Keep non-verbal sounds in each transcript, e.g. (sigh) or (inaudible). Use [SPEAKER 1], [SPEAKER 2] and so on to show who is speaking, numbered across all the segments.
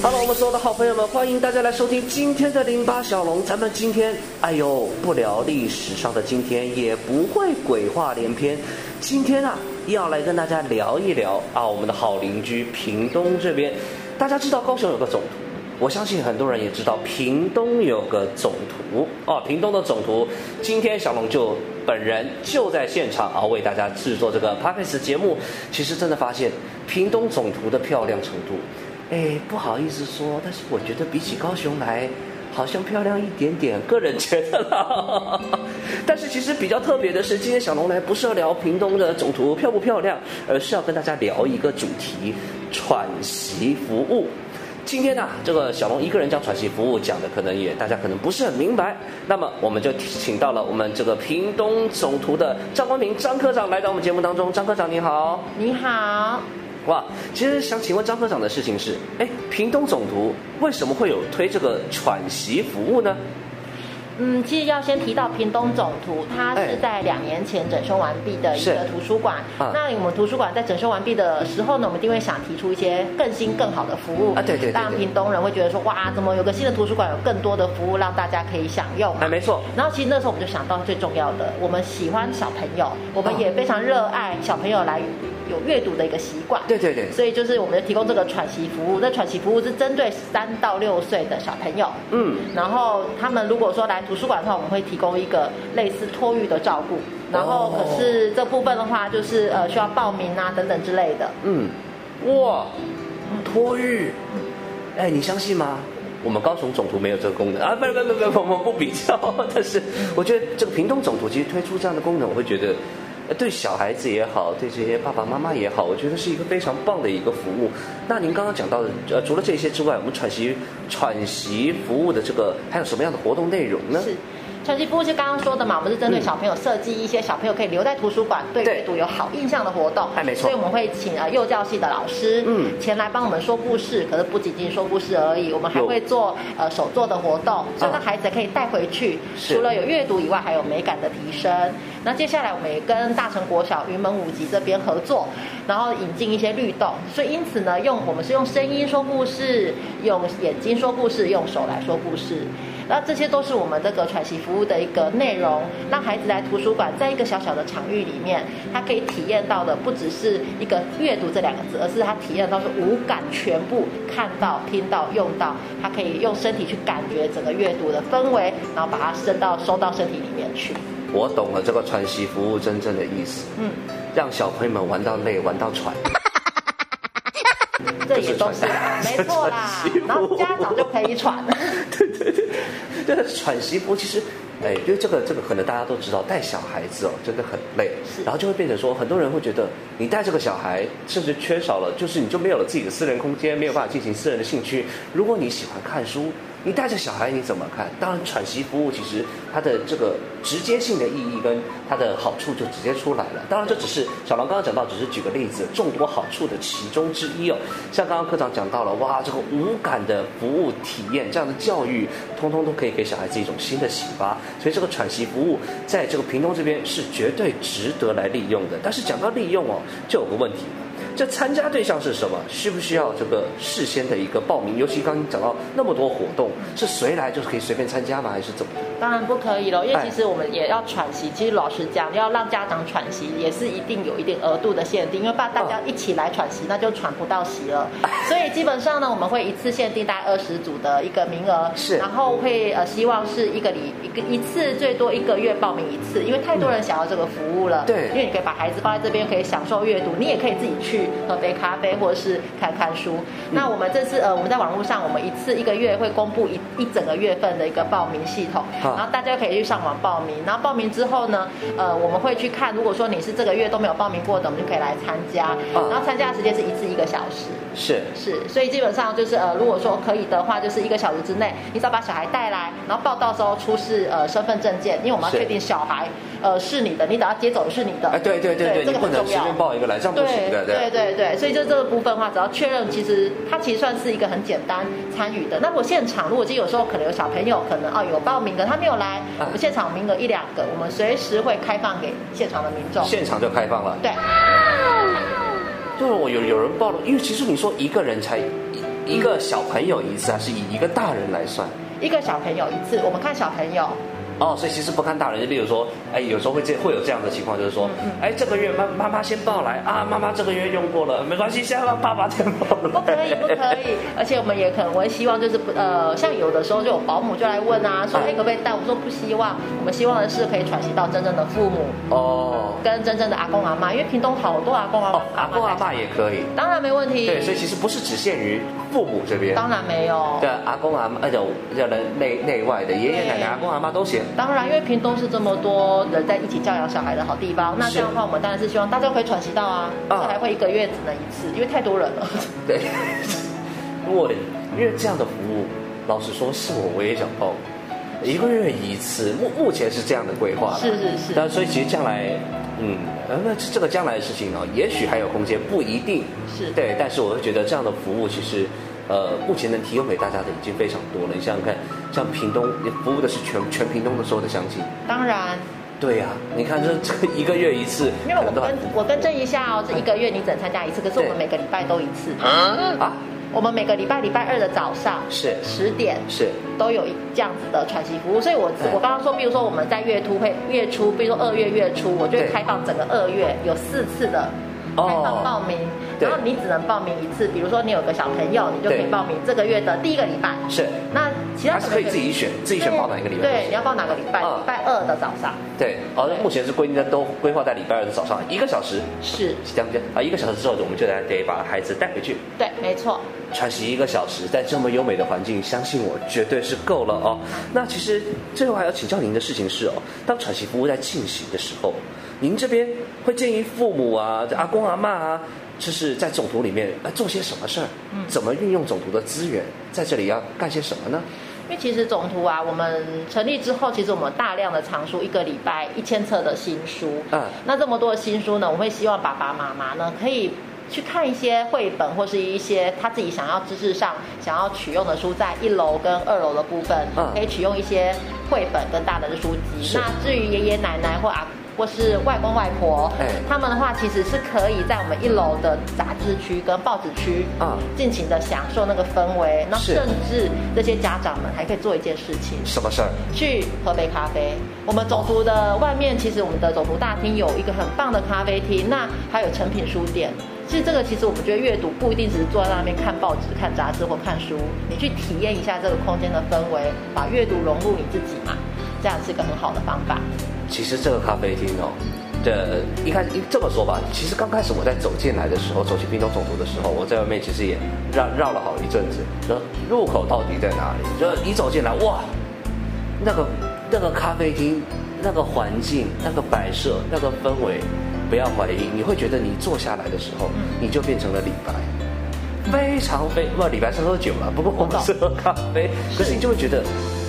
[SPEAKER 1] Hello，我们所有的好朋友们，欢迎大家来收听今天的零八小龙。咱们今天，哎呦，不聊历史上的今天，也不会鬼话连篇。今天啊，要来跟大家聊一聊啊，我们的好邻居屏东这边。大家知道高雄有个总图，我相信很多人也知道屏东有个总图哦，屏东的总图，今天小龙就本人就在现场啊，为大家制作这个 p a c k e s 节目。其实真的发现屏东总图的漂亮程度，哎，不好意思说，但是我觉得比起高雄来，好像漂亮一点点，个人觉得啦。 (laughs) 但是其实比较特别的是，今天小龙来不是要聊屏东的总图漂不漂亮，而是要跟大家聊一个主题——喘息服务。今天呢、这个小龙一个人讲喘息服务讲的可能也大家可能不是很明白，那么我们就请到了我们这个屏东总图的张光平张科长来到我们节目当中。张科长你好，
[SPEAKER 2] 你好，
[SPEAKER 1] 哇，其实想请问张科长的事情是，哎，屏东总图为什么会有推这个喘息服务呢？
[SPEAKER 2] 嗯，其实要先提到屏东总图，它
[SPEAKER 1] 哎
[SPEAKER 2] 是在两年前整修完毕的一
[SPEAKER 1] 是
[SPEAKER 2] 个图书馆。
[SPEAKER 1] 啊
[SPEAKER 2] 那我们图书馆在整修完毕的时候呢，我们一定会想提出一些更新更好的服务
[SPEAKER 1] 啊对对对对
[SPEAKER 2] 让屏东人会觉得说，哇，怎么有个新的图书馆，有更多的服务让大家可以享用嘛
[SPEAKER 1] 哎，没错，
[SPEAKER 2] 然后其实那时候我们就想到最重要的，我们喜欢小朋友，我们也非常热爱小朋友来有阅读的一个习惯。
[SPEAKER 1] 对对对，
[SPEAKER 2] 所以就是我们提供这个喘息服务，那喘息服务是针对三到六岁的小朋友，
[SPEAKER 1] 嗯，
[SPEAKER 2] 然后他们如果说来图书馆的话，我们会提供一个类似托育的照顾。然后
[SPEAKER 1] 哦
[SPEAKER 2] 可是这部分的话，就是呃需要报名啊等等之类的。
[SPEAKER 1] 嗯，哇，托育，哎，你相信吗？我们高雄总图没有这个功能啊！不不不不，我们不比较。但是我觉得这个屏东总图其实推出这样的功能，我会觉得，呃对小孩子也好，对这些爸爸妈妈也好，我觉得是一个非常棒的一个服务。那您刚刚讲到的，呃，除了这些之外，我们喘息喘息服务的这个还有什么样的活动内容呢？
[SPEAKER 2] 是，传奇服务就刚刚说的嘛，我们是针对小朋友设计一些小朋友可以留在图书馆对
[SPEAKER 1] 对
[SPEAKER 2] 阅读有好印象的活动。
[SPEAKER 1] 哎没错
[SPEAKER 2] 所以我们会请呃幼教系的老师，
[SPEAKER 1] 嗯
[SPEAKER 2] 嗯，前来帮我们说故事。可是不仅仅说故事而已，我们还
[SPEAKER 1] 有
[SPEAKER 2] 会做呃手做的活动，所以
[SPEAKER 1] 啊
[SPEAKER 2] 让孩子可以带回去。
[SPEAKER 1] 是
[SPEAKER 2] 除了有阅读以外，还有美感的提升。那接下来我们也跟大成国小云门舞集这边合作，然后引进一些律动。所以因此呢，用我们是用声音说故事，用眼睛说故事，用手来说故事。那这些都是我们这个喘息服务的一个内容，让孩子来图书馆，在一个小小的场域里面，他可以体验到的不只是一个阅读这两个字，而是他体验到是五感全部看到、听到、用到，他可以用身体去感觉整个阅读的氛围，然后把它伸到收到身体里面去。
[SPEAKER 1] 我懂了这个喘息服务真正的意思，
[SPEAKER 2] 嗯，
[SPEAKER 1] 让小朋友们玩到累，玩到喘。
[SPEAKER 2] (laughs) 这也都是没错啦
[SPEAKER 1] 这是喘息服务，
[SPEAKER 2] 然后家长就可以
[SPEAKER 1] (laughs)
[SPEAKER 2] (laughs) 喘。
[SPEAKER 1] 这个喘息服务其实，哎，因为这个这个可能大家都知道，带小孩子哦真的很累，
[SPEAKER 2] 是
[SPEAKER 1] 然后就会变成说，很多人会觉得你带这个小孩，甚至缺少了，就是你就没有了自己的私人空间，没有办法进行私人的兴趣。如果你喜欢看书，你带着小孩你怎么看？当然，喘息服务其实它的这个直接性的意义跟它的好处就直接出来了。当然，这只是小狼刚刚讲到，只是举个例子，众多好处的其中之一哦。像刚刚科长讲到了，哇，这个无感的服务体验，这样的教育，通通都可以给小孩子一种新的启发。所以这个喘息服务，在这个屏东这边是绝对值得来利用的。但是讲到利用哦，就有个问题了。这参加对象是什么？需不需要这个事先的一个报名？尤其刚刚讲到那么多活动，是谁来就是可以随便参加吗？还是怎么？
[SPEAKER 2] 当然不可以了，因为
[SPEAKER 1] 哎
[SPEAKER 2] 其实我们也要喘息。其实老实讲，要让家长喘息也是一定有一定额度的限定，因为怕大家一起来喘息，那就喘不到息了。
[SPEAKER 1] 哎
[SPEAKER 2] 所以基本上呢，我们会一次限定大概二十组的一个名额，
[SPEAKER 1] 是
[SPEAKER 2] 然后会呃希望是一个礼一个一次最多一个月报名一次，因为太多人想要这个服务了。
[SPEAKER 1] 嗯对
[SPEAKER 2] 因为你可以把孩子放在这边，可以享受阅读，你也可以自己去去喝杯咖啡，或者是看看书。
[SPEAKER 1] 嗯
[SPEAKER 2] 那我们这次呃，我们在网络上，我们一次一个月会公布一一整个月份的一个报名系统，
[SPEAKER 1] 好
[SPEAKER 2] 然后大家可以去上网报名。然后报名之后呢，呃，我们会去看，如果说你是这个月都没有报名过的，我们就可以来参加。
[SPEAKER 1] 嗯
[SPEAKER 2] 然后参加的时间是一次一个小时。
[SPEAKER 1] 是
[SPEAKER 2] 是，所以基本上就是呃，如果说可以的话，就是一个小时之内，你只要把小孩带来，然后报到时候出示呃身份证件，因为我们
[SPEAKER 1] 是
[SPEAKER 2] 要确定小孩呃是你的，你等下接走的是你的。
[SPEAKER 1] 哎，对对对对，
[SPEAKER 2] 这
[SPEAKER 1] 你
[SPEAKER 2] 个
[SPEAKER 1] 不
[SPEAKER 2] 很
[SPEAKER 1] 能
[SPEAKER 2] 重
[SPEAKER 1] 随
[SPEAKER 2] 要。
[SPEAKER 1] 便报一个来，这样不行
[SPEAKER 2] 对
[SPEAKER 1] 的，
[SPEAKER 2] 对对对，所以就这个部分的话，只要确认，其实它其实算是一个很简单参与的。那我现场如果就有时候可能有小朋友可能哦有报名的，他没有来，
[SPEAKER 1] 啊
[SPEAKER 2] 我们现场有名额一两个，我们随时会开放给现场的民众。
[SPEAKER 1] 现场就开放了。
[SPEAKER 2] 对，
[SPEAKER 1] 对，我有有人报了，因为其实你说一个人才一一个小朋友一次，还是以一个大人来算？
[SPEAKER 2] 一个小朋友一次，我们看小朋友。
[SPEAKER 1] 哦，所以其实不看大人，就例如说，哎，有时候会这会有这样的情况，就是说，
[SPEAKER 2] 嗯
[SPEAKER 1] 哎，这个月妈妈妈先报来啊，妈妈这个月用过了，没关系，先让爸爸先报来。
[SPEAKER 2] 不可以，不可以。
[SPEAKER 1] (laughs)
[SPEAKER 2] 而且我们也可能，我会希望就是不呃，像有的时候就有保姆就来问啊，说
[SPEAKER 1] 嗯
[SPEAKER 2] 哎、可不可以带？我说不希望，我们希望的是可以传习到真正的父母
[SPEAKER 1] (laughs) 哦，
[SPEAKER 2] 跟真正的阿公阿妈，因为屏东好多阿公阿
[SPEAKER 1] 哦
[SPEAKER 2] 妈、，
[SPEAKER 1] 阿公阿
[SPEAKER 2] 妈
[SPEAKER 1] 爸也可以。
[SPEAKER 2] 当然没问题，
[SPEAKER 1] 对，所以其实不是只限于父母这边，
[SPEAKER 2] 当然没有
[SPEAKER 1] 对，，阿公阿妈，哎，有叫人内内外的爷爷奶奶、
[SPEAKER 2] 对
[SPEAKER 1] 阿公阿妈都行。
[SPEAKER 2] 当然，因为屏东是这么多人在一起教养小孩的好地方，那
[SPEAKER 1] 是
[SPEAKER 2] 这样的话，我们当然是希望大家可以喘息到啊，这
[SPEAKER 1] 啊
[SPEAKER 2] 还会一个月只能一次，因为太多人了。
[SPEAKER 1] 对， (laughs) 我因为这样的服务，老实说是我我也想报，一个月一次，目目前是这样的规划啦
[SPEAKER 2] 是是是
[SPEAKER 1] 但所以其实将来，嗯，呃，那这个将来的事情哦，也许还有空间，不一定
[SPEAKER 2] 是
[SPEAKER 1] 对，但是我会觉得这样的服务其实。呃，目前能提供给大家的已经非常多了。你想想看，像屏东服务的是全全屏东的所有的乡亲，
[SPEAKER 2] 当然，
[SPEAKER 1] 对呀、你看这这个一个月一次，
[SPEAKER 2] 因为我
[SPEAKER 1] 可能都还
[SPEAKER 2] 跟我跟正一下哦，这一个月你只能参加一次，可是我们
[SPEAKER 1] 对
[SPEAKER 2] 每个礼拜都一次。
[SPEAKER 1] 啊，
[SPEAKER 2] 我们每个礼拜礼拜二的早上
[SPEAKER 1] 是
[SPEAKER 2] 十点
[SPEAKER 1] 是
[SPEAKER 2] 都有一这样子的喘息服务，所以我
[SPEAKER 1] 嗯
[SPEAKER 2] 我刚刚说，比如说我们在月初会月初，比如说二月月初，我就会
[SPEAKER 1] 对
[SPEAKER 2] 开放整个二月有四次的
[SPEAKER 1] 哦
[SPEAKER 2] 开放报名，
[SPEAKER 1] 对
[SPEAKER 2] 然后你只能报名一次，比如说你有个小朋友，你就可以
[SPEAKER 1] 对
[SPEAKER 2] 报名这个月的第一个礼拜，
[SPEAKER 1] 是，
[SPEAKER 2] 那其他
[SPEAKER 1] 还是可以自己选，自
[SPEAKER 2] 自
[SPEAKER 1] 己选报哪一个礼拜都行。
[SPEAKER 2] 对，你要报哪个礼拜？
[SPEAKER 1] 嗯
[SPEAKER 2] 礼拜二的早上
[SPEAKER 1] 对，哦，那
[SPEAKER 2] 对
[SPEAKER 1] 目前是规定在都规划在礼拜二的早上一个小时，
[SPEAKER 2] 是，
[SPEAKER 1] 这样啊，一个小时之后我们就来得把孩子带回去，
[SPEAKER 2] 对，没错，
[SPEAKER 1] 喘息一个小时，在这么优美的环境，相信我绝对是够了哦。那其实最后还要请教您的事情是哦，当喘息服务在进行的时候，您这边会建议父母啊、阿公阿妈啊，就是在总图里面啊做些什么事儿，怎么运用总图的资源，在这里要干些什么呢？
[SPEAKER 2] 因为其实总图啊，我们成立之后，其实我们有大量的藏书，一个礼拜一千册的新书。
[SPEAKER 1] 嗯
[SPEAKER 2] 那这么多的新书呢，我会希望爸爸妈妈呢可以。去看一些绘本或是一些他自己想要知识上想要取用的书，在一楼跟二楼的部分，
[SPEAKER 1] 嗯
[SPEAKER 2] 可以取用一些绘本跟大人的书籍。
[SPEAKER 1] 是
[SPEAKER 2] 那至于爷爷奶奶或阿或是外公外婆，
[SPEAKER 1] 哎
[SPEAKER 2] 他们的话其实是可以在我们一楼的杂志区跟报纸区，
[SPEAKER 1] 嗯
[SPEAKER 2] 尽情的享受那个氛围，那
[SPEAKER 1] 是
[SPEAKER 2] 甚至这些家长们还可以做一件事情，
[SPEAKER 1] 什么事儿？
[SPEAKER 2] 去喝杯咖啡。我们总图的外面，其实我们的总图大厅有一个很棒的咖啡厅，那还有成品书店。其实这个，其实我们觉得阅读不一定只是坐在那边看报纸、看杂志或看书，你去体验一下这个空间的氛围，把阅读融入你自己嘛，这样是一个很好的方法。
[SPEAKER 1] 其实这个咖啡厅哦，这一开始一这么说吧，其实刚开始我在走进来的时候，走进冰冻总图的时候，我在外面其实也绕绕了好一阵子，然后入口到底在哪里？然后一走进来，哇，那个那个咖啡厅，那个环境，那个摆设，那个氛围，不要怀疑，你会觉得你坐下来的时候，你就变成了李白。非常非不，李白是喝酒了，不过我们是喝咖啡。可是你就会觉得，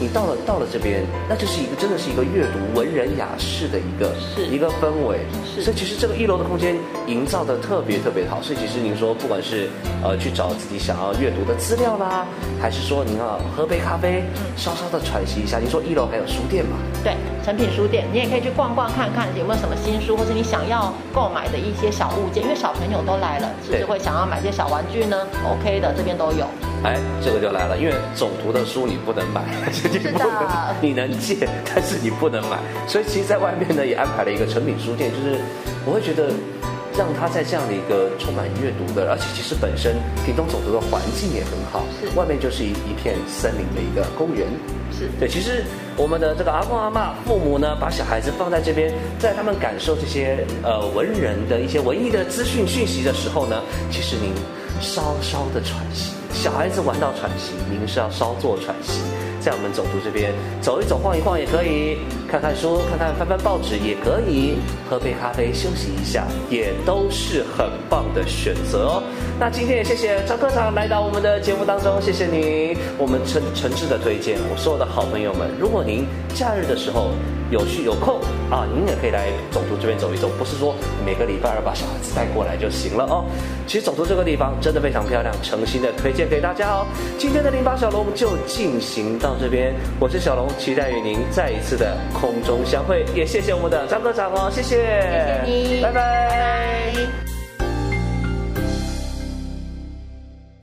[SPEAKER 1] 你到了到了这边，那就是一个真的是一个阅读文人雅士的一个
[SPEAKER 2] 是
[SPEAKER 1] 一个氛围。
[SPEAKER 2] 是
[SPEAKER 1] 所以其实这个一楼的空间营造的特别特别好。所以其实您说，不管是呃去找自己想要阅读的资料啦，还是说您要喝杯咖啡，稍稍的喘息一下。您说一楼还有书店嘛？
[SPEAKER 2] 对，成品书店，你也可以去逛逛看看有没有什么新书，或是你想要购买的一些小物件，因为小朋友都来了，是不
[SPEAKER 1] 对
[SPEAKER 2] 是会想要买些小玩具呢？OK 的，这边都有。
[SPEAKER 1] 哎，这个就来了，因为总图的书你不能买， (laughs) 你不能
[SPEAKER 2] 的
[SPEAKER 1] 你能借，但是你不能买。所以其实，在外面呢也安排了一个成品书店，就是我会觉得让它在这样的一个充满阅读的，而且其实本身屏东总图的环境也很好，
[SPEAKER 2] 是
[SPEAKER 1] 外面就是一一片森林的一个公园。
[SPEAKER 2] 是
[SPEAKER 1] 对，其实我们的这个阿公阿妈父母呢，把小孩子放在这边，在他们感受这些呃文人的一些文艺的资讯讯息的时候呢，其实您稍稍的喘息，小孩子玩到喘息，您是要稍作喘息，在我们总图这边走一走、晃一晃也可以，看看书、看看翻翻报纸也可以，喝杯咖啡休息一下，也都是很棒的选择哦。那今天也谢谢张科长来到我们的节目当中，谢谢您。我们诚诚挚的推荐，我所有的好朋友们，如果您假日的时候有去有空啊，您也可以来总图这边走一走，不是说每个礼拜二把小孩子带过来就行了哦。其实总图这个地方真的非常漂亮，诚心的推荐给大家哦。今天的零八小龙就进行到这边，我是小龙，期待与您再一次的空中相会，也谢谢我们的张科长哦，谢谢，
[SPEAKER 2] 谢谢你，
[SPEAKER 1] 拜拜
[SPEAKER 2] 拜